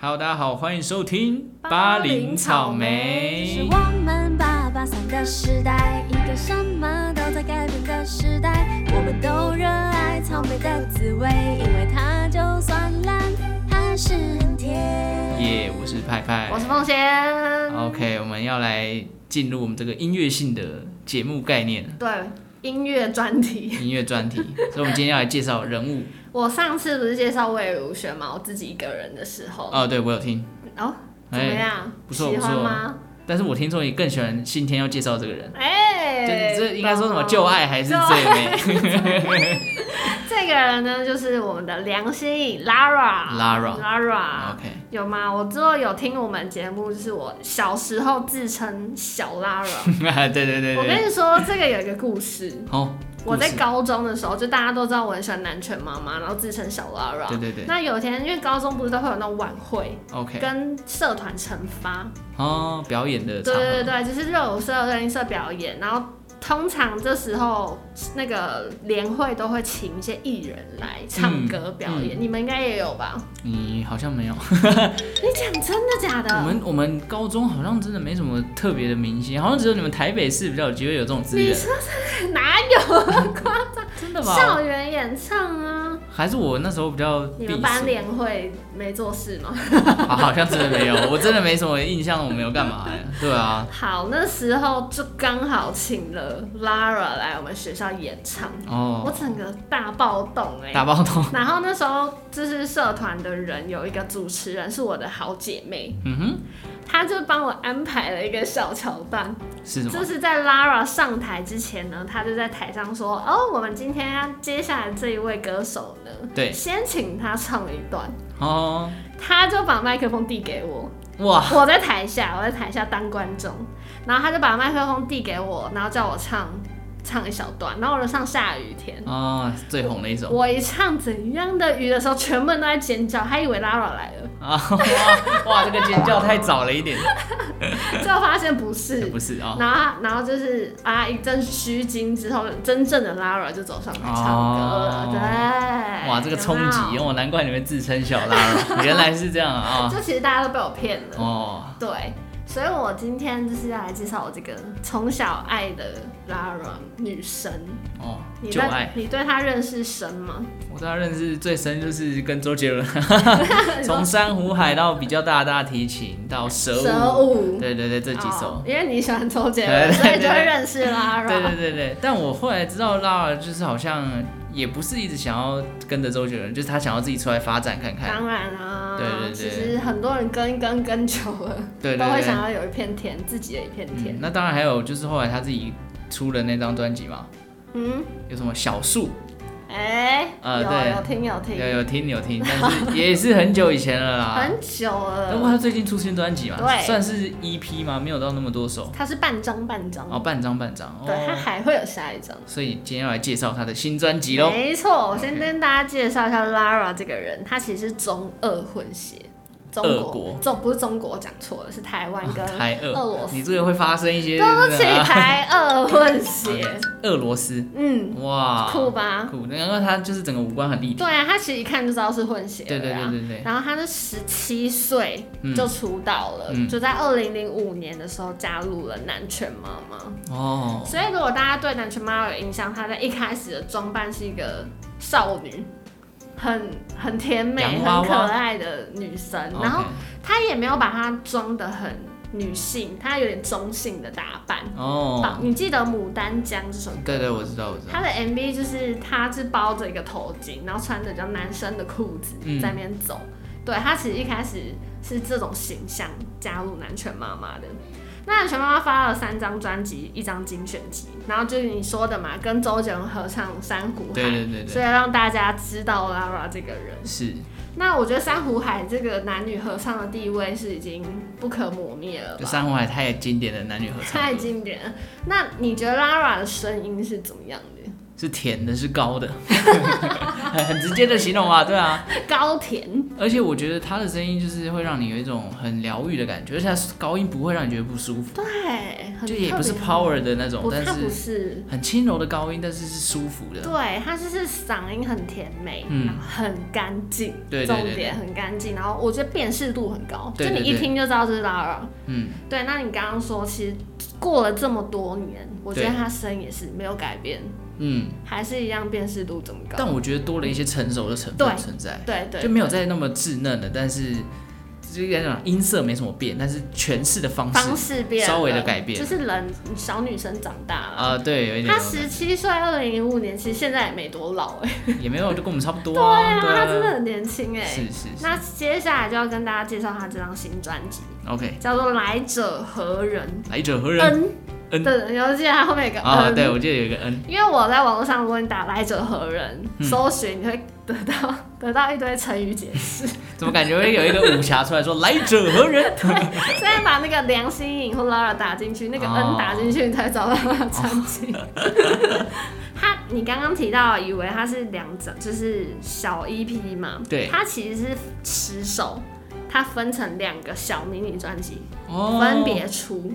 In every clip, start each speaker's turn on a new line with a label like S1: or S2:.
S1: Hello，大家好，欢迎收听
S2: 巴
S1: 零
S2: 林
S1: 草
S2: 草
S1: 莓
S2: 莓
S3: 是。我们八八三的时代，一个什么都在改变的时代。我们都热爱草莓的滋味，因为它就算烂，还是很甜。
S1: 耶我是派派。
S2: 我是凤仙。
S1: OK，我们要来进入我们这个音乐性的节目概念，
S2: 对，音乐专题。
S1: 音乐专题。所以，我们今天要来介绍人物。
S2: 我上次不是介绍魏如萱嘛，我自己一个人的时候，
S1: 哦，对我有听，
S2: 哦，怎么
S1: 哎，
S2: 样？
S1: 不错
S2: 喜欢
S1: 不错
S2: 吗？
S1: 但是我听说你更喜欢信天要介绍这个人，
S2: 哎、
S1: 这这应该说什么
S2: 懂
S1: 旧爱还是最美
S2: 这个人呢，就是我们的梁心颖 Lara。
S1: ？Lara。
S2: Lara
S1: OK，
S2: 有吗？我之后有听我们节目，就是我小时候自称小 Lara。
S1: 对对对
S2: 我跟
S1: 对。
S2: 你说，这个有一个故事。
S1: 哦，
S2: 我在
S1: 故事
S2: 高中的时候，就大家都知道我很喜欢南拳妈妈，然后自称小 Lara。
S1: 对对对
S2: 那有一天，因为高中不是都会有那种晚会，
S1: OK，
S2: 跟社团惩罚，
S1: 哦，表演的
S2: 对
S1: 场合
S2: 对对对，就是热舞社、热音社表演，然后通常这时候那个联会都会请一些艺人来唱歌表演，你们应该也有吧？
S1: 你好像没有。
S2: 你讲真的假
S1: 我
S2: 的？
S1: 们我们高中好像真的没什么特别的明星，好像只有你们台北市比较有机会有这种资
S2: 你
S1: 源，
S2: 说这个哪有
S1: 真的吧
S2: 校？园演唱啊？
S1: 还是我那时候比较
S2: 你
S1: 闭
S2: 们班
S1: 塞，
S2: 联会没做事吗？
S1: 好好像真的没有，我真的没什么印象，我没有干嘛呀？对啊，
S2: 好，那时候就刚好请了 Lara 来我们学校演唱，我
S1: 哦，
S2: 整个大暴动哎、
S1: 打包头，
S2: 然后那时候就是社团的人有一个主持人是我的好姐妹，
S1: 嗯哼，
S2: 她就帮我安排了一个小桥段，
S1: 是什
S2: 就
S1: 么？
S2: 是在 Lara 上台之前呢，她就在台上说：“哦，我们今天要接下来这一位歌手呢，
S1: 对，
S2: 先请她唱一段。”
S1: 哦，
S2: 她就把麦克风递给我，
S1: 哇，
S2: 我在台下， 我在台下当观众，然后他就把麦克风递给我，然后叫我唱唱一小段，然后我就唱下雨天。
S1: 哦，最红的一首
S2: 我一唱怎样的雨的时候，全部人都在尖叫，他以为 Lara 来 了，
S1: 啊， 哇，哇，这个尖叫太早了一点，
S2: 最后发现不
S1: 这
S2: 是。
S1: 不是 哦，
S2: 然后他，然后就是啊，一阵虚惊之后，真正的 Lara 就走上来唱歌了。
S1: 哦
S2: 对，
S1: 哇，这个冲击，
S2: 哦！
S1: 哦，难怪你们自称小拉了，原来是这样啊，
S2: 就其实大家都被我骗了。
S1: 哦，
S2: 对，所以我今天就是要来介绍我这个从小爱的 Lara 女神。
S1: 哦，
S2: 你
S1: 旧爱
S2: 对。你对他认识深吗？
S1: 我对他认识最深就是跟周杰 伦， 从珊瑚海到比较大大提琴到蛇舞，
S2: 舞
S1: 对对对，这几首
S2: 哦，因为你喜欢周杰
S1: 对
S2: 伦，
S1: 对
S2: 所以就
S1: 对
S2: 会认识 Lara。
S1: 对对对对。但我后来知道 Lara 就是好像也不是一直想要跟着周杰伦，就是他想要自己出来发展看看。
S2: 当然啊，
S1: 对对对
S2: 其实很多人跟跟跟久了，
S1: 对对
S2: 都会
S1: 对
S2: 想要有一片田，自己的一片
S1: 嗯
S2: 田。
S1: 那当然还有就是后来他自己出了那张专辑嘛，
S2: 嗯，
S1: 有什么小树，
S2: 哎、
S1: 呃对
S2: 有有听有
S1: 有
S2: 听，
S1: 有听有听，但是也是很久以前了啦。
S2: 很久
S1: 不过他
S2: 了。
S1: 最近出新专辑嘛，
S2: 对
S1: 算是 EP 嘛，没有到那么多首，
S2: 它是半张半张，
S1: 哦，半张半张。
S2: 对，它
S1: 哦
S2: 还会有下一张。
S1: 所以今天要来介绍他的新专辑喽。
S2: 没错，我先跟大家介绍一下 Lara 这个人，她其实是中俄混血，中
S1: 俄
S2: 国
S1: 国哦
S2: 中不是中国，讲错了，是台湾跟
S1: 台
S2: 俄
S1: 俄
S2: 罗，斯。
S1: 你这个会发生一些
S2: 对不起，
S1: 啊
S2: 台俄 混血，
S1: 俄罗斯，
S2: 嗯，
S1: 哇，
S2: 酷吧？
S1: 酷，难怪他就是整个五官很立体
S2: 对。啊，他其实一看就知道是混血
S1: 对对
S2: 了啊。
S1: 对对对，
S2: 然后他是十七岁
S1: 嗯
S2: 就出道了，
S1: 嗯
S2: 就在二零零五年的时候加入了南拳妈妈。
S1: 哦，
S2: 所以如果大家对南拳妈妈有印象，她在一开始的装扮是一个少女，很很甜美、
S1: 洋娃娃
S2: 很可爱的女生。然后
S1: OK，
S2: 她也没有把她装得很女性，她有点中性的打扮。
S1: 哦，
S2: 你记得《牡丹江》这首歌？
S1: 对对，我知道我知道
S2: 她，的 MV 就是她是包着一个头巾，然后穿着比较男生的裤子
S1: 嗯
S2: 在那边走。对她其实一开始是这种形象加入南拳妈妈的。那南拳妈妈发了三张专辑，一张精选集，然后就是你说的嘛，跟周杰伦合唱《珊瑚海》
S1: 对对对
S2: 所
S1: 对，
S2: 以让大家知道 Lara 这个人。
S1: 是，
S2: 那我觉得《珊瑚海》这个男女合唱的地位是已经不可磨灭了
S1: 就
S2: 吧？
S1: 珊瑚海太经典的男女合唱，
S2: 太经典了。那你觉得 Lara 的声音是怎么样的？
S1: 是甜的，是高的， 很直接的形容啊，对啊。
S2: 高甜，
S1: 而且我觉得他的声音就是会让你有一种很疗愈的感觉，而且他高音不会让你觉得不舒服，
S2: 对，很
S1: 就也
S2: 特
S1: 不是
S2: 别
S1: power 的那种
S2: 不，
S1: 但
S2: 它不
S1: 是
S2: 是，
S1: 很轻柔的高音，但是是舒服的。
S2: 对，它就是嗓音很甜美，
S1: 嗯
S2: 然后很干净，
S1: 对对对
S2: 重点很干净，然后我觉得辨识度很高，
S1: 对对
S2: 就你一
S1: 对
S2: 听就知道这是 Lara。
S1: 嗯，
S2: 对，那你刚刚说，其实过了这么多年，我觉得
S1: 对
S2: 他声音也是没有改变，
S1: 嗯，
S2: 还是一样辨识度这么高。
S1: 但我觉得多了一些成熟的成分
S2: 对
S1: 存在，
S2: 对对，
S1: 就没有再那么稚嫩了，但是就是该讲音色没什么变，但是诠释的方
S2: 方
S1: 式
S2: 式变了，
S1: 稍微的改变
S2: 就是人小女生长大了。
S1: 啊、对，有一点
S2: 她
S1: 那种
S2: 十七岁，二零零五年，其实现在也没多老哎、
S1: 也没有，就跟我们差不多啊，
S2: 对
S1: 对
S2: 啊，
S1: 啊，
S2: 她真的很年轻哎、
S1: 是是是
S2: 那接下来就要跟大家介绍她这张新专辑，
S1: ，OK，
S2: 叫做《来者何人
S1: 来者何》人？
S2: N，
S1: N
S2: 对，你要记得它后面有个 N，、
S1: 啊，对，我记得有一个 N，
S2: 因为我在网络上，如果你打“来者何人”
S1: 嗯
S2: 搜寻，你会得到得到一堆成语解释，
S1: 怎么感觉会有一个武侠出来说来者何人？
S2: 所以把那个梁心颖或 Lara 打进去，那个
S1: 哦
S2: N 打进去，你才找到他的专 辑。他，你刚刚提到以为他是两张，就是小 EP 嘛？
S1: 对
S2: 它其实是十首，它分成两个小迷你专辑
S1: 哦
S2: 分别出。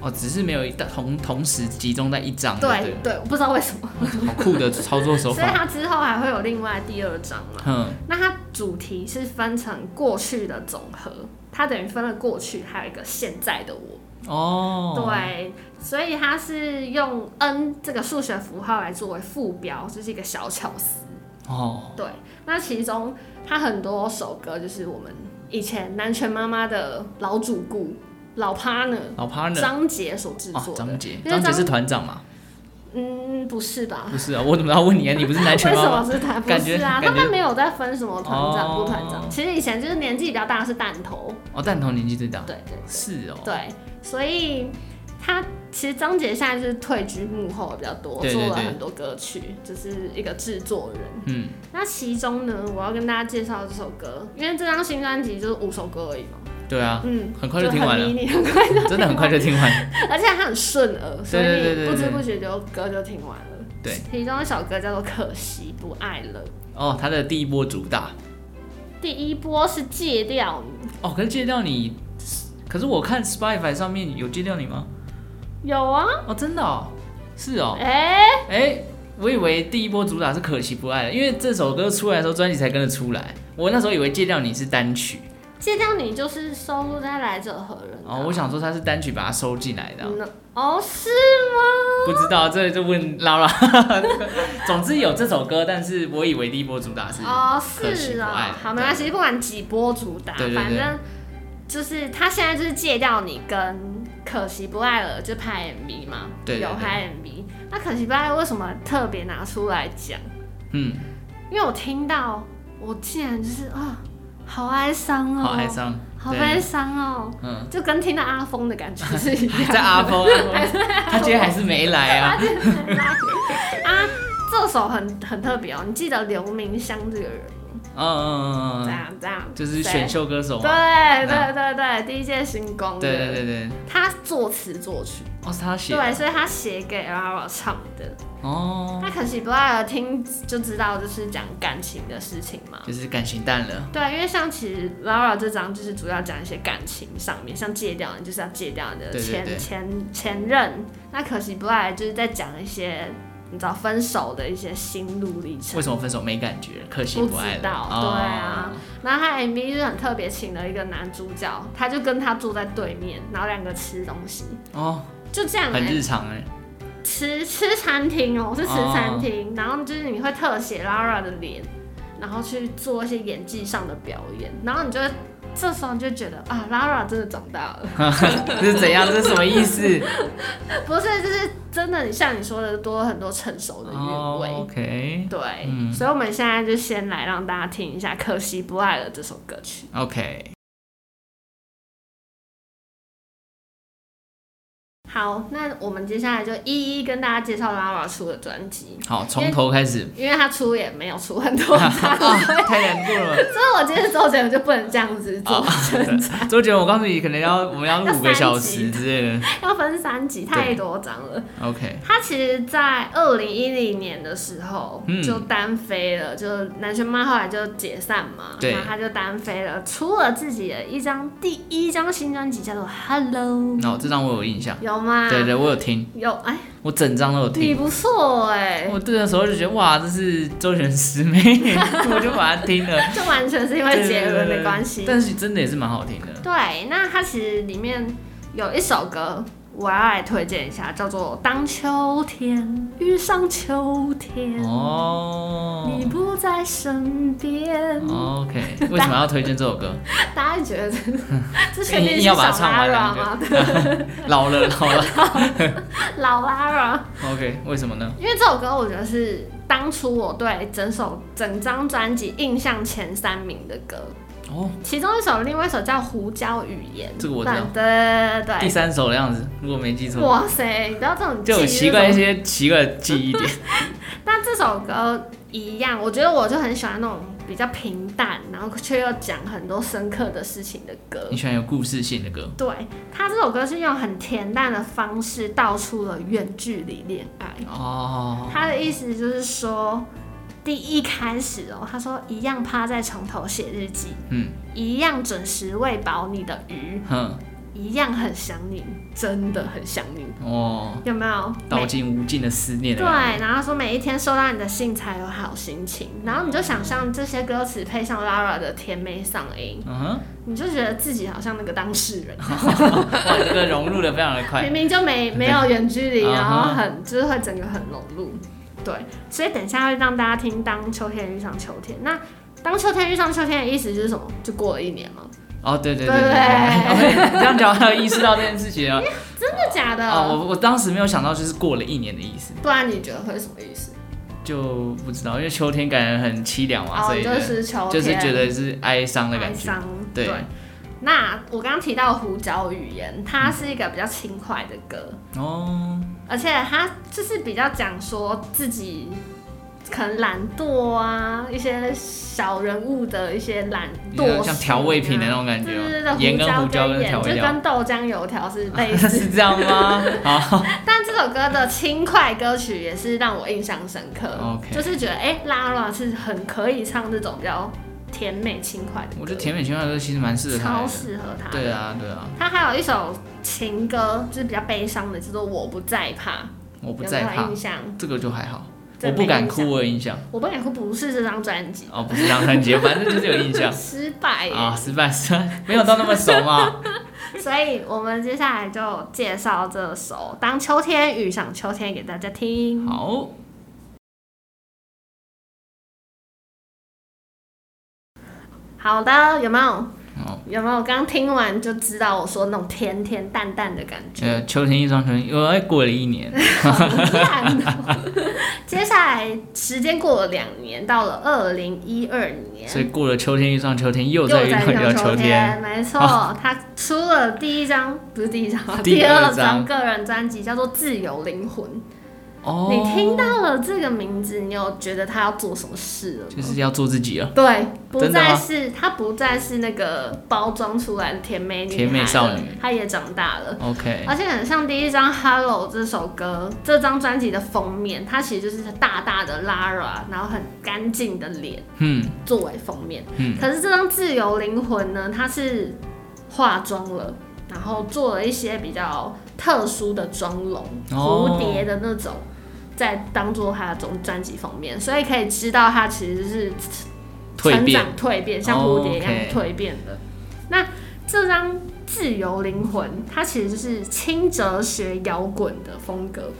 S1: 哦，只是没有一同同时集中在一张，
S2: 对
S1: 啊
S2: 啊
S1: 对哦
S2: 对，我不知道为什么，
S1: 不对，好酷的操作手
S2: 所以
S1: 法，
S2: 它之后还会有另外第二张嘛？
S1: 嗯，
S2: 那它主题是分成过去的总和，它等于分了过去，还有一个现在的我。
S1: 哦，，
S2: 对，所以它是用 n 这个数学符号来作为副标，就是一个小巧思。
S1: 哦，
S2: 对，那其中它很多首歌就是我们以前南拳妈妈的老主顾、老 partner
S1: 老 partner
S2: 张杰所制
S1: 啊，
S2: 作的。
S1: 张杰，
S2: 因为
S1: 张杰是团长嘛？
S2: 嗯，不是吧？
S1: 不是啊，我怎么要问你啊？你不 是男
S2: 为
S1: 拳
S2: 什
S1: 妈妈？
S2: 么是他？不
S1: 感
S2: 是
S1: 觉
S2: 啊，
S1: 感
S2: 他们
S1: 觉
S2: 没有在分什么团长不团
S1: 哦
S2: 长。其实以前就是年纪比较大是弹头，
S1: 哦，蛋头年纪最大，
S2: 对对
S1: 是哦，
S2: 对，所以他其实张杰现在就是退居幕后比较多，
S1: 对对
S2: 做了
S1: 对
S2: 很多歌曲，就是一个制作人。
S1: 嗯，
S2: 那其中呢，我要跟大家介绍这首歌，因为这张新专辑就是五首歌而已嘛，
S1: 对啊，
S2: 嗯，
S1: 很快就听完了
S2: 很迷你，很快 就
S1: 真的很快就听完了，
S2: 而且它很顺耳，所以
S1: 对对对对
S2: 你不知
S1: 对
S2: 不觉就歌就听完了。
S1: 对，
S2: 其中一首歌叫做《可惜不爱了》，
S1: 哦，他的第一波主打，
S2: 第一波是戒掉你，
S1: 哦，可是戒掉你，可是我看 Spotify 上面有戒掉你吗？
S2: 有啊，
S1: 哦，真的哦，是哦，
S2: 哎、
S1: 哎、我以为第一波主打是可惜不爱了，因为这首歌出来的时候专辑才跟着出来，我那时候以为戒掉你是单曲，
S2: 戒掉你就是收录在《来者何人》啊
S1: 哦，我想说它是单曲把它收进来的啊、
S2: 嗯哦，是吗？
S1: 不知道，这里就问拉拉。 总之有这首歌，但是我以为第一波主打是
S2: 哦，
S1: 可惜
S2: 是
S1: 不爱
S2: 啊
S1: 了，
S2: 好，没关系，不管几波主打，
S1: 对对对
S2: 反正就是他现在就是戒掉你跟可惜不爱了，就拍 MV 嘛，
S1: 对对对
S2: 有拍 MV。那可惜不爱了为什么特别拿出来讲？
S1: 嗯，
S2: 因为我听到，我竟然就是啊，好哀伤哦，
S1: 好哀，伤，
S2: 好
S1: 对
S2: 悲伤哦，
S1: 嗯，
S2: 就跟听到阿峰的感觉是一 样的。
S1: 在阿峰， 阿峰他今天还是没来啊。
S2: 啊，这首很很特别哦，你记得刘明湘这个人吗？
S1: 嗯嗯嗯嗯
S2: 这样这样，
S1: 嗯，就是选
S2: 谁
S1: 秀歌手嘛。
S2: 对对对对，第一届星光的，
S1: 对对对对，
S2: 他作词作曲，
S1: 哦，是他写的
S2: 对，所以他写给 Lara 唱的。
S1: 哦
S2: 那，可惜不爱了，听就知道就是讲感情的事情嘛。
S1: 就是感情淡了。
S2: 对，啊因为像其实 Lara 这张就是主要讲一些感情上面，像戒掉你就是要戒掉你的
S1: 对对
S2: 前
S1: 对
S2: 前前任，那可惜不爱了就是在讲一些你知道分手的一些心路历程
S1: 为。什么分手没感觉？可惜爱
S2: 不知
S1: 了。
S2: 道
S1: 哦
S2: 对啊，然后他 MV 就是很特别，请了一个男主角，他就跟他坐在对面，然后两个吃东西，
S1: 哦，
S2: 就这样、
S1: 很
S2: 欸
S1: 日常哎。
S2: 吃吃餐厅哦、是吃餐厅，然后就是你会特写 Lara 的脸，然后去做一些演技上的表演，然后你就会这时候你就觉得啊，Lara 真的长大了，
S1: 这是怎样？这是什么意 思？
S2: 不是，就是真的，像你说的，多了很多成熟的韵味。
S1: 哦，OK
S2: 对，
S1: 嗯
S2: 所以我们现在就先来让大家听一下《可惜不爱了》这首歌曲。
S1: OK，
S2: 好，那我们接下来就一一跟大家介绍 Lara 出的专辑，
S1: 好，从头开 始，啊
S2: 因为他出也没有出很多 张，所
S1: 太难过了。
S2: 以我今天周杰伦就不能这样子
S1: 哦
S2: 做宣 传，
S1: 周杰伦，我告诉你，可能要 我们要
S2: 要
S1: 录五个小
S2: 三集
S1: 时之类的。
S2: 要分三集，太多张了。
S1: OK，
S2: 他其实，在二零一零年的时候
S1: 嗯
S2: 就单飞了，就南拳妈后来就解散嘛，
S1: 对
S2: 然后他就单飞了，出了自己的一张第一张新专辑，叫做《Hello》，
S1: 那我这张我有印象，
S2: 有吗？
S1: 对对，我有听，
S2: 有哎，
S1: 我整张都有
S2: 你
S1: 听。
S2: 不错哎、
S1: 我对的时候就觉得哇，这是周杰伦师 妹，我就把它听了。
S2: 就完全是因为杰伦的关系。
S1: 但是真的也是蛮好听的。
S2: 对，那它其实里面有一首歌，我要来推荐一下，叫做《当秋天遇上秋天》，嗯你
S1: 哦
S2: 不在身边。
S1: ，OK，为什么要推荐这首歌？
S2: 大家觉 得这这确
S1: 硬
S2: 定是
S1: 要
S2: 小
S1: 把它唱完
S2: Lara 吗
S1: 感？ 老了老了
S2: 老 Lara，
S1: ，OK，为什么呢？
S2: 因为这首歌我觉得是当初我对整首整张专辑印象前三名的歌，
S1: 哦，
S2: 其中一首，另外一首叫《胡椒语言》，
S1: 这个我知道
S2: 对对
S1: 第
S2: 对
S1: 三首的样子，如果没记
S2: 对。
S1: 错，
S2: 哇塞，你知道这种
S1: 就有
S2: 记忆
S1: 奇怪一
S2: 是什么
S1: 些奇怪的记忆点。
S2: 但这首歌一样，我觉得我就很喜欢那种比较平淡，然后却又讲很多深刻的事情的歌
S1: 你。喜欢有故事性的歌？
S2: 对他这首歌是用很恬淡的方式道出了远距离恋爱。
S1: 哦，
S2: 他的意思就是说，第一开始哦，他说一样趴在床头写日记，
S1: 嗯
S2: 一样准时喂饱你的鱼，
S1: 哼，
S2: 一样很想你，真的很想你，
S1: 哦，
S2: 有没有？
S1: 道尽无尽的思念的
S2: 嗯对，
S1: 感
S2: 然后说每一天收到你的信才有好心情，然后你就想象这些歌词配上 Lara 的甜美嗓音，
S1: 觉。嗯哼，
S2: 你就觉得自己好像那个当事人，
S1: 哇，这个融入的非常的快
S2: 明。明就没没有远距离，
S1: 对
S2: 然后
S1: 啊哈
S2: 很就是会整个很融入。对，所以等一下会让大家听《当秋天遇上秋天》。那当秋天遇上秋天的意思就是什么？就过了一年嘛，
S1: 哦，对对对对
S2: 对
S1: 对，对这样讲还有意识到这件事情 啊。
S2: 真的假的？
S1: 啊，我我当时没有想到，就是过了一年的意思，
S2: 不然你觉得会是什么意思？
S1: 就不知道，因为秋天感觉很凄凉嘛，
S2: 哦
S1: 所，以
S2: 就是秋天，
S1: 就是觉得是哀伤的
S2: 哀
S1: 感觉。
S2: 伤。
S1: 对
S2: 那我刚刚提到胡椒语言，
S1: 嗯
S2: 它是一个比较轻快的歌，
S1: 哦，
S2: 而且它就是比较讲说自己可能懒惰啊，一些小人物的一些懒
S1: 你
S2: 惰、
S1: 看像调味品的那。种感觉
S2: 对
S1: 吗
S2: 对对，，
S1: 盐跟胡椒
S2: 跟
S1: 跟
S2: 盐
S1: 调味
S2: 就
S1: 料，
S2: 跟豆浆油条是类 似，
S1: 是这样 吗？好，
S2: 但这首歌的轻快歌曲也是让我印象深刻
S1: OK
S2: 就是觉得哎、拉 Lara 是很可以唱这种比较甜美轻快的歌，
S1: 我觉得甜美情话歌其实蛮适合他
S2: 超
S1: 的。
S2: 适合他。
S1: 对，啊，对啊，
S2: 他还有一首情歌，就是比较悲伤的，叫做《我不再怕》，
S1: 我不
S2: 有
S1: 再
S2: 没有
S1: 怕
S2: 印，象？
S1: 这个就还好。
S2: 这
S1: 我
S2: 没
S1: 不敢
S2: 印
S1: 哭，
S2: 象
S1: 我有印象。
S2: 我不敢哭，不是这张专辑，
S1: 哦，不是张三杰，反正就是有印象
S2: 失败耶。
S1: 啊，失败失败，没有到那么熟啊 嘛。
S2: 所以我们接下来就介绍这首《当秋天遇上秋天》给大家听。
S1: 好，
S2: 好的，有没有？
S1: 好，
S2: 有没有？刚听完就知道我说那种甜甜淡淡的感觉。
S1: 呃，秋天一双唇，我又过了一年，
S2: 嗯烂哦 接下来时间过了两年，到了二零一二年，
S1: 所以过了秋天遇上秋天，又再
S2: 又
S1: 遇到
S2: 在
S1: 一个
S2: 秋
S1: 秋天。，
S2: 没错，他出了第一张，不是第一张啊，
S1: 第
S2: 第
S1: 二张
S2: 二张个人专辑叫做《自由灵魂》。
S1: 哦，
S2: 你听到了这个名字，你有觉得他要做什么事了吗？
S1: 就是要做自己了，
S2: 对，不
S1: 真的吗
S2: 再是他不再是那个包装出来的甜美女孩
S1: 甜美少女
S2: 了她也长大了。
S1: OK，
S2: 而且很像第一张《Hello》这首歌，这张专辑的封面，它其实就是大大的 Lara，然后很干净的脸
S1: 嗯，
S2: 作为封面。
S1: 嗯
S2: 可是这张《自由灵魂》呢，它是化妆了，然后做了一些比较特殊的妆容，
S1: 哦
S2: 蝴蝶的那种，在当做它的总专辑封面，所以可以知道它其实是
S1: 蜕
S2: 成
S1: 变
S2: 长蜕变，像蝴蝶一样
S1: 哦，OK
S2: 蜕变的。那这张《自由灵魂》，它其实就是轻哲学摇滚的风格，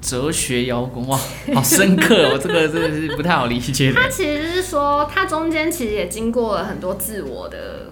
S1: 哲学摇滚，哇，好深刻哦，这个真的是不太好理解的
S2: 它其实是说，它中间其实也经过了很多自我的，嗯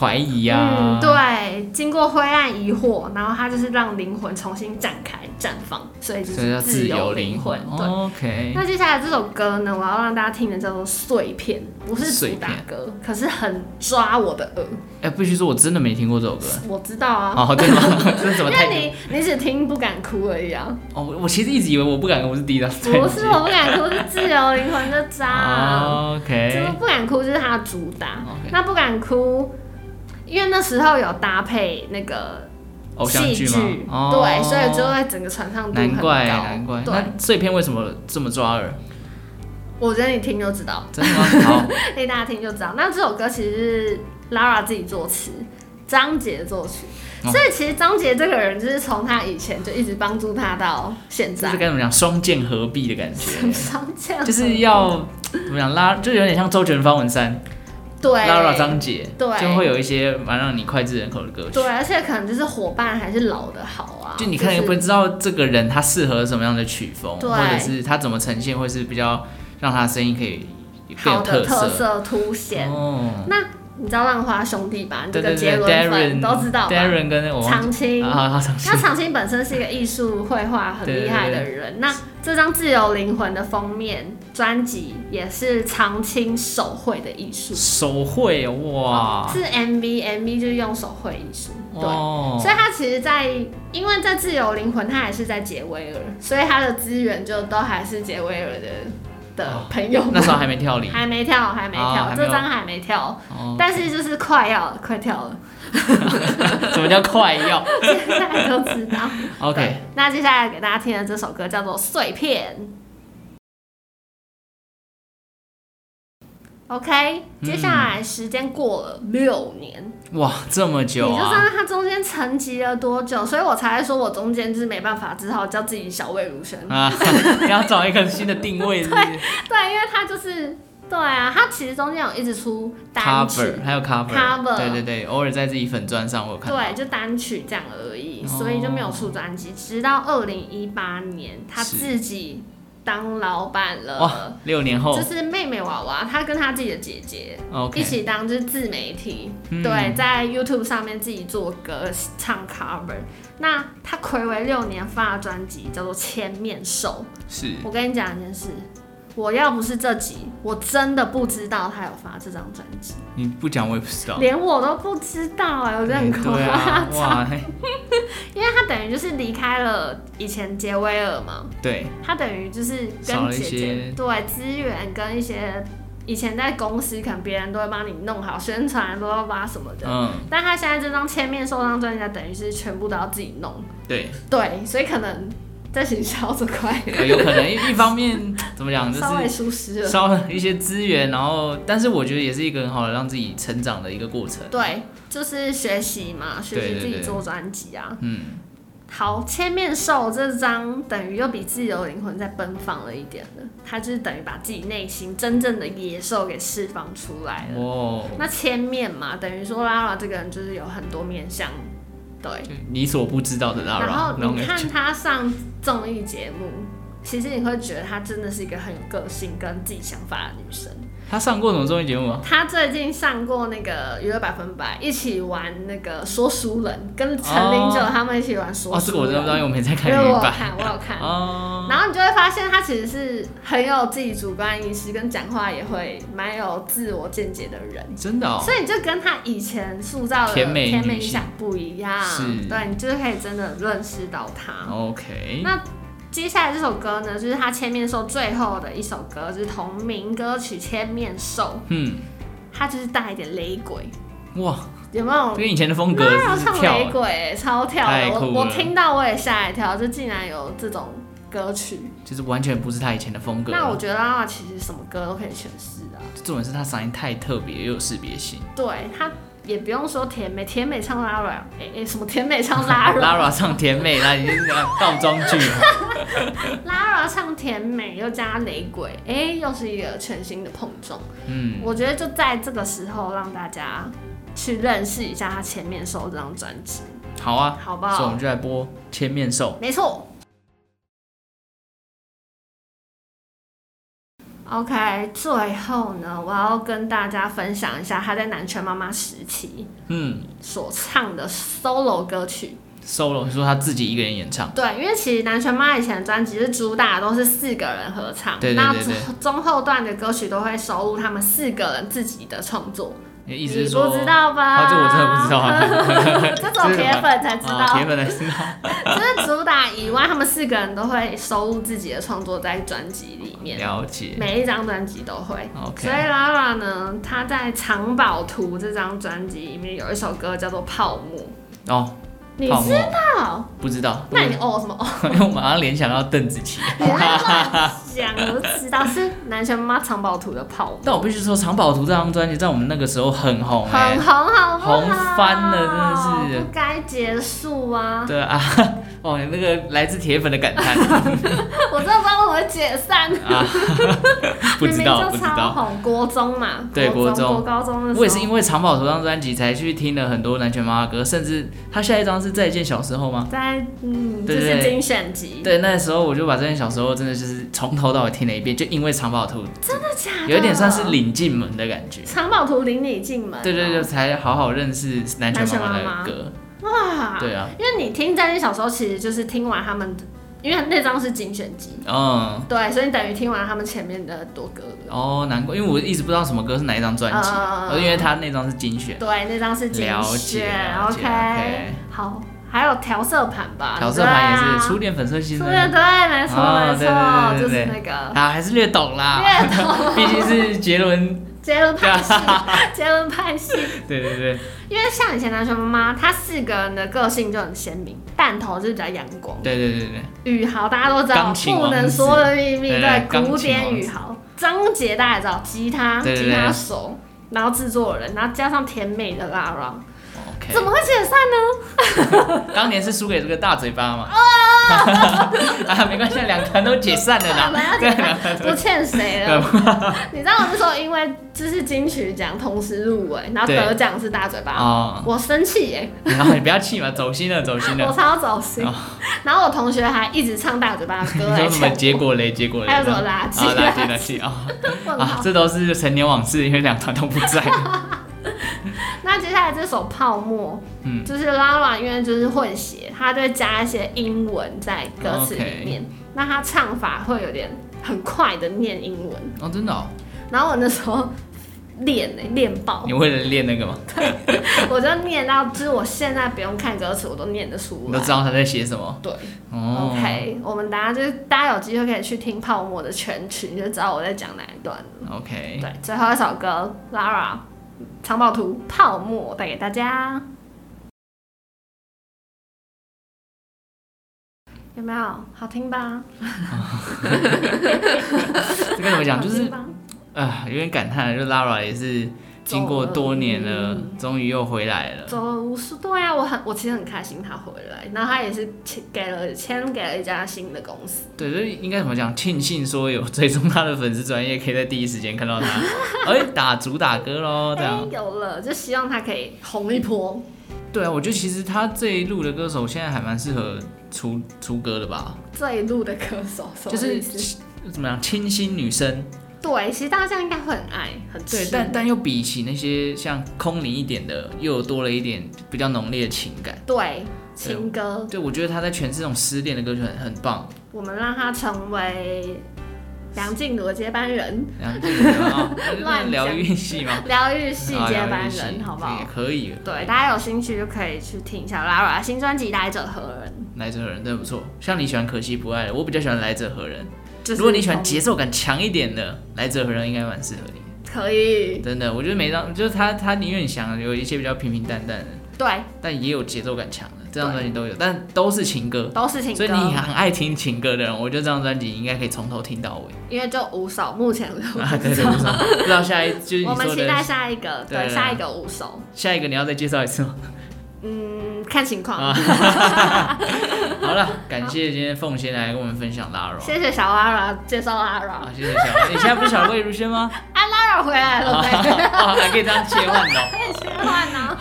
S1: 怀疑啊，
S2: 嗯，对，经过灰暗疑惑，然后它就是让灵魂重新展开。绽放，所以就
S1: 所以叫
S2: 是
S1: 自由
S2: 由
S1: 灵哦
S2: 魂。对，
S1: OK，
S2: 那接下来这首歌呢，我要让大家听的叫做《碎片》，不是主打歌，可是很抓我的耳。
S1: 哎，必须说我真的没听过这首歌。
S2: 我知道啊，
S1: 哦，对吗？ 这是什么
S2: 因
S1: 态
S2: 为
S1: 度？
S2: 你你只听不敢哭而已啊，
S1: 哦，我我其实一直以为我不敢跟我是第一张专辑。
S2: 不是我不敢哭，是自由灵魂的渣、啊。就是
S1: 哦，OK，哦
S2: 不敢哭，就是他的主打。
S1: OK
S2: 那不敢哭，因为那时候有搭配那个
S1: 偶像
S2: 戏
S1: 剧
S2: 剧，
S1: 吗？哦
S2: 对，所以就会整个传唱度很
S1: 难
S2: 高。
S1: 怪难怪。
S2: 对，
S1: 那碎片为什么这么抓 耳？
S2: 我觉得你听就知道。
S1: 真的吗？ 好，
S2: 可以大家听就知道。那这首歌其实是 Lara 自己作词，张杰作曲，
S1: 哦
S2: 所以其实张杰这个人就是从他以前就一直帮助他到现
S1: 就
S2: 在
S1: 是。该怎 么讲，双剑合璧的感觉，
S2: 张杰
S1: 就是要怎么讲拉，就有点像周杰伦、方文山、
S2: 对
S1: Lara、张杰，
S2: 对
S1: 就会有一些蛮让你脍炙人口的歌曲
S2: 对，。而且可能就是伙伴还是老的好啊。
S1: 就你看，也不
S2: 是
S1: 会知道这个人他适合什么样的曲风，
S2: 对
S1: 或者是他怎么呈现，会是比较让他的声音可以更
S2: 好
S1: 有
S2: 的
S1: 色。
S2: 特色凸显。
S1: 哦，
S2: 那你知道浪花兄弟吧？你这
S1: 对对
S2: 个杰
S1: 对
S2: 伦粉
S1: ，Darren
S2: 都知道吧
S1: Darren 跟我忘
S2: 长
S1: 记
S2: 青。
S1: 啊，好好长青
S2: 那长青本身是一个艺术绘画很厉害的人，那这张《自由灵魂》的封面专辑也是长青手绘的艺术，
S1: 手绘哇，
S2: 是 MV MV 就是用手绘艺术，对。
S1: 哦
S2: 所以他其实在，因为在《自由灵魂》，他还是在杰威尔，所以他的资源就都还是杰威尔的的朋友们、
S1: 哦那时候还没跳龄，
S2: 还没跳，还没
S1: 哦
S2: 跳，
S1: 还没
S2: 这
S1: 有
S2: 张还没跳，
S1: 哦
S2: 但是就是快要快跳 了，
S1: 什么叫快 要
S2: 现在都知道。对
S1: ？OK，
S2: 那接下来给大家听的这首歌叫做《碎片》。OK，接
S1: 嗯
S2: 下来时间过了六年，
S1: 哇，这么
S2: 你就
S1: 久
S2: 知
S1: 啊！
S2: 道它中间沉寂了多久，所以我才会说我中间就是没办法，只好叫自己小魏如萱。
S1: 啊， 要找一个新的定位是不是
S2: 对，因为它就是对啊，它其实中间有一直出单曲
S1: ，cover 还有 cover，,
S2: Cover
S1: 对对对，偶尔在自己粉钻上我有看到，
S2: 对，就单曲这样而已，
S1: 哦
S2: 所以就没有出专辑。直到二零一八年，他
S1: 是
S2: 自己当老板了
S1: 哇。，哦六年后
S2: 就是妹妹娃娃，她跟她自己的姐姐一
S1: ，OK，
S2: 起当就是自媒体，
S1: 嗯
S2: 对，在 YouTube 上面自己做歌唱 cover。那她暌违六年发的专辑叫做《千面兽
S1: 是》，
S2: 我跟你讲一件事，我要不是这集，我真的不知道她有发这张专辑，
S1: 你不讲我也不知道，
S2: 连我都不知道哎、我觉得很夸
S1: 哦对 啊，
S2: 张，
S1: 哇，
S2: 因为她等于就是离开了以前杰威尔嘛，
S1: 对，
S2: 他等于就是
S1: 少
S2: 跟
S1: 了一
S2: 姐姐
S1: 些
S2: 对资源跟一些以前在公司可能别人都会帮你弄好宣传、巴拉巴拉什么的，
S1: 嗯，
S2: 但他现在这张千面兽这张专辑，他等于是全部都要自己弄，
S1: 对，
S2: 对，所以可能在行销这块
S1: 呃有可能一一方面怎么讲，就
S2: 稍
S1: 是
S2: 微疏失了。
S1: 烧了一些资源，然后，但是我觉得也是一个很好的让自己成长的一个过程，
S2: 对，就是学习嘛，学
S1: 对
S2: 习
S1: 对
S2: 自己
S1: 对
S2: 做专辑啊。
S1: 嗯，
S2: 好，千面兽这张等于又比自由灵魂再奔放了一点了，他就是等于把自己内心真正的野兽给释放出来了。
S1: 哇，
S2: 那千面嘛，等于说拉拉这个人就是有很多面相，对。
S1: 就你所不知道的 Lara，
S2: 然后
S1: 那种
S2: 你
S1: 感觉
S2: 看他上综艺节目，其实你会觉得她真的是一个很有个性跟自己想法的女生。
S1: 他上过什么综艺节目吗？啊
S2: 她最近上过那个娱乐百分百，一起玩那个说书人，跟陈零九他们一起玩说
S1: 哦，这个
S2: 书
S1: 我真的
S2: 人。
S1: 不知道，因为我没在看
S2: 因为
S1: 原
S2: 我有
S1: 版。
S2: 看，我有看。
S1: 哦，
S2: 然后你就会发现，她其实是很有自己主观意识，跟讲话也会蛮有自我见解的人。
S1: 真的哦，
S2: 所以你就跟他以前塑造的
S1: 甜美
S2: 甜
S1: 女
S2: 美
S1: 性
S2: 想不一样，
S1: 是
S2: 对你就是可以真的认识到他。
S1: OK，
S2: 那接下来这首歌呢，就是他《千面兽》最后的一首歌，就是同名歌曲《千面兽
S1: 嗯，》，
S2: 它就是带一点雷鬼，
S1: 哇，
S2: 有没有
S1: 这？跟以前的风格
S2: 那有
S1: 真是
S2: 唱
S1: 跳
S2: 雷
S1: 啊，
S2: 鬼、超跳
S1: 太
S2: 的！
S1: 酷
S2: 我我
S1: 了
S2: 听到我也吓一跳，就竟然有这种歌曲。
S1: 就是完全不是他以前的风格。
S2: 那我觉得啊，其实什么歌都可以诠释啊。
S1: 重点是他嗓音太特别，又有识别性。
S2: 对，他也不用说甜美，甜美唱拉软，哎、哎，什么甜美唱拉 软，
S1: Lara 唱甜美，那已经是倒装句了。
S2: Lara 唱甜美又加雷鬼，哎、又是一个全新的碰撞。
S1: 嗯，
S2: 我觉得就在这个时候让大家去认识一下他前面收这张专辑，
S1: 好啊，
S2: 好不
S1: 所以我
S2: 好
S1: 们？就来播《千面兽》。
S2: 没错。OK，最后呢，我要跟大家分享一下他在南拳妈妈时期
S1: 嗯，
S2: 所唱的 solo 歌曲。
S1: solo，你说他自己一个人演唱，
S2: 对，因为其实南拳妈以前的专辑是主打都是四个人合唱，
S1: 对对
S2: 那
S1: 对
S2: 中
S1: 对
S2: 中后段的歌曲都会收录他们四个人自己的创作。
S1: 你的意
S2: 你
S1: 思是说，
S2: 不知道吧？
S1: 啊，这我真的不知道 啊，
S2: 这种铁粉才知道，
S1: 啊，铁粉才知道，
S2: 就是主打以外，他们四个人都会收录自己的创作在专辑里面，
S1: 了解哦
S2: 每一张专辑都会。所以
S1: ，OK，
S2: Lara 呢，她在《藏宝图》这张专辑里面有一首歌叫做《泡沫》，
S1: 哦，
S2: 你
S1: 泡沫
S2: 知道？
S1: 不知道，
S2: 那你哦什么哦？
S1: 因为我马上联想到邓紫棋，
S2: 你在乱 讲，我就知道是南拳妈《藏宝图》的泡沫，
S1: 但我必须说，《藏宝图》这张专辑在我们那个时候很红 哎、
S2: 很红，好不好？
S1: 红翻了真的是
S2: 不该结束啊！
S1: 对啊， 哦，那个来自铁粉的感 叹
S2: 我真的不知道为什么解散。
S1: 啊，不知道
S2: 明
S1: 不
S2: 明
S1: 知
S2: 就超
S1: 道，
S2: 红，国中嘛，
S1: 对
S2: 国
S1: 国中
S2: 国高中的时候，
S1: 我也是因为《藏宝图》这张专辑才去听了很多南拳妈妈的歌，甚至他下一张是《再见小时候》吗？
S2: 在嗯，就
S1: 对对
S2: 是
S1: 对
S2: 精选集，
S1: 对，那时候我就把《再见小时候》真的就是从头到尾听了一遍，就因为《藏宝图》
S2: 真的假的？
S1: 有一点算是领进门的感觉。
S2: 藏宝图领你进门，啊
S1: 对对对，，才好好认识南拳妈
S2: 哦南拳妈妈
S1: 妈的歌。
S2: 哇，
S1: 对啊，
S2: 因为你听在你小时候，其实就是听完他们，因为那张是精选集，
S1: 嗯，
S2: 对，所以你等于听完他们前面的很多歌的，
S1: 哦，难怪，因为我一直不知道什么歌是哪一张专辑，呃
S2: 嗯
S1: 因为他那张是精选。
S2: 对，那张是精
S1: 了解
S2: 选
S1: 了解
S2: ，OK，
S1: ，OK
S2: 好，还有调色盘吧，
S1: 调色盘也
S2: 对
S1: 是
S2: 啊
S1: 初恋粉色先
S2: 初
S1: 生，
S2: 恋，对，没错
S1: 哦
S2: 没
S1: 对
S2: 错，
S1: 对对对
S2: 就是
S1: 对
S2: 那个。
S1: 啊，还是略懂啦，
S2: 越懂
S1: 毕竟是杰伦，
S2: 杰伦派系，杰伦派系，
S1: 对对对
S2: 因为像以前男生妈妈，她四个人的个性就很鲜明，弹头就是比较阳光，
S1: 对对对对，
S2: 宇豪大家都知道，
S1: 钢琴
S2: 不
S1: 王子
S2: 能说的秘密，
S1: 对对
S2: 古
S1: 钢琴
S2: 典宇豪，张杰大家也知道，吉他
S1: 对对
S2: 吉他
S1: 对
S2: 手，然后制作人，然后加上甜美的 Lara，
S1: ，OK，
S2: 怎么会解散呢？
S1: 当年是输给这个大嘴巴嘛， 啊，没关系，两团都解散了
S2: 我们
S1: 啦，
S2: 要
S1: 对
S2: 解散不欠谁了。你知道我那时候因为就是金曲奖同时入围，然后
S1: 对
S2: 得奖是大嘴巴，
S1: 哦，
S2: 我生气耶、
S1: 然后你不要气嘛，走心了，走心
S2: 我
S1: 了，
S2: 超走心
S1: 哦。
S2: 然后我同学还一直唱大嘴巴的歌
S1: 你
S2: 哎来
S1: 说什么
S2: 劝
S1: 结果雷，结果雷，
S2: 还有什么垃圾
S1: 啊，垃圾垃圾啊，
S2: 我，问
S1: 啊
S2: 号，。
S1: 这都是陈年往事，因为两团都不 在，
S2: 那接下来这首《泡沫》，
S1: 嗯
S2: 就是 Lara 因为就是混血，她就会加一些英文在歌词里面。那她唱法会有点很快的念英文，
S1: 哦，真的哦，
S2: 然后我那时候练呢、练爆
S1: 你，为了练那个嘛，
S2: 我就念到，就是我现在不用看歌词，我都念得出
S1: 你都
S2: 来
S1: 知。道他在写什么，
S2: 对
S1: 哦
S2: ，OK，我们大家就是大家有机会可以去听《泡沫》的全曲，你就知道我在讲哪一段了。
S1: ，OK，
S2: 对，最后一首歌 Lara《藏宝图泡沫》带给大家。有没有好听吧？
S1: 这该怎么 讲，就
S2: 好
S1: 是
S2: 听吧
S1: 啊，有点感叹，就 Lara 也是经过多年了，终于又回来了。
S2: 嗯走是对啊，我很我其实很开心他回来，然后他也是签给了签给了一家新的公司，
S1: 对，就是应该怎么讲？庆幸说有追踪他的粉丝专业，可以在第一时间看 到他，哎，打主打歌喽，这
S2: 哎、
S1: 样。
S2: 有了，就希望他可以红一波。
S1: 对啊，我觉得其实他这一路的歌手现在还蛮适合出出歌的吧，
S2: 这一路的歌手什么
S1: 就是
S2: 意思
S1: 怎么样清新女生，
S2: 对，其实大家应该会很爱，很
S1: 对，
S2: 吃
S1: 但但又比起那些像空灵一点的，又多了一点比较浓烈的情感。
S2: 对情歌，
S1: 对，我觉得他在诠释这种失恋的歌曲很很棒。
S2: 我们让他成为梁静茹的接班人，
S1: 然后这个啊，就是那
S2: 乱
S1: 个
S2: 讲
S1: 疗愈系 嘛，
S2: 疗愈系
S1: 啊
S2: 接班
S1: 疗愈系
S2: 人，好不
S1: 也
S2: 好？
S1: 可以，
S2: 对，大家有兴趣就可以去听一下 Lara 的新专辑《来者何人
S1: 来者何人真的不错。像你喜欢可惜不爱的，我比较喜欢来者何人。》。
S2: 就是
S1: 如果你喜欢节奏感强一点的，来者何人应该蛮适合你。
S2: 可以，
S1: 真的，我觉得每张就是他，他宁愿想有一些比较平平淡淡的，
S2: 对，
S1: 但也有节奏感强的，这张专辑都有，但都是情歌。
S2: 都是情
S1: 所以你
S2: 歌，
S1: 很爱听情歌的人，我觉得这张专辑应该可以从头听到尾。
S2: 因为就五首，目前 有
S1: 啊，对对，不知道不知道下一就是你
S2: 我们
S1: 说
S2: 期待
S1: 的
S2: 下一个，
S1: 对啊对
S2: 对，下一个五首，
S1: 下一个，你要再介绍一次吗？
S2: 嗯，看情况
S1: 啊。好了，感谢今天凤仙来跟我们分享 Lara。
S2: 谢谢小 Lara 介绍
S1: 好，
S2: Lara，Lara
S1: 谢谢小魏。你现在不是小魏如萱 吗？
S2: 回来 了，对，
S1: 哦，还可以这样切换的哦，
S2: 切换啊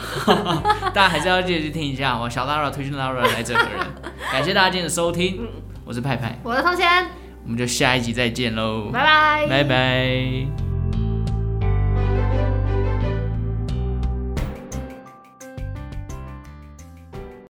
S2: 呢。
S1: 大家还是要记得去听一下我小 Lara 推荐 Lara 来这个人。 感谢大家今天的收听，我是派派，
S2: 我的同学，
S1: 我们就下一集再见喽，
S2: 拜拜，
S1: 拜拜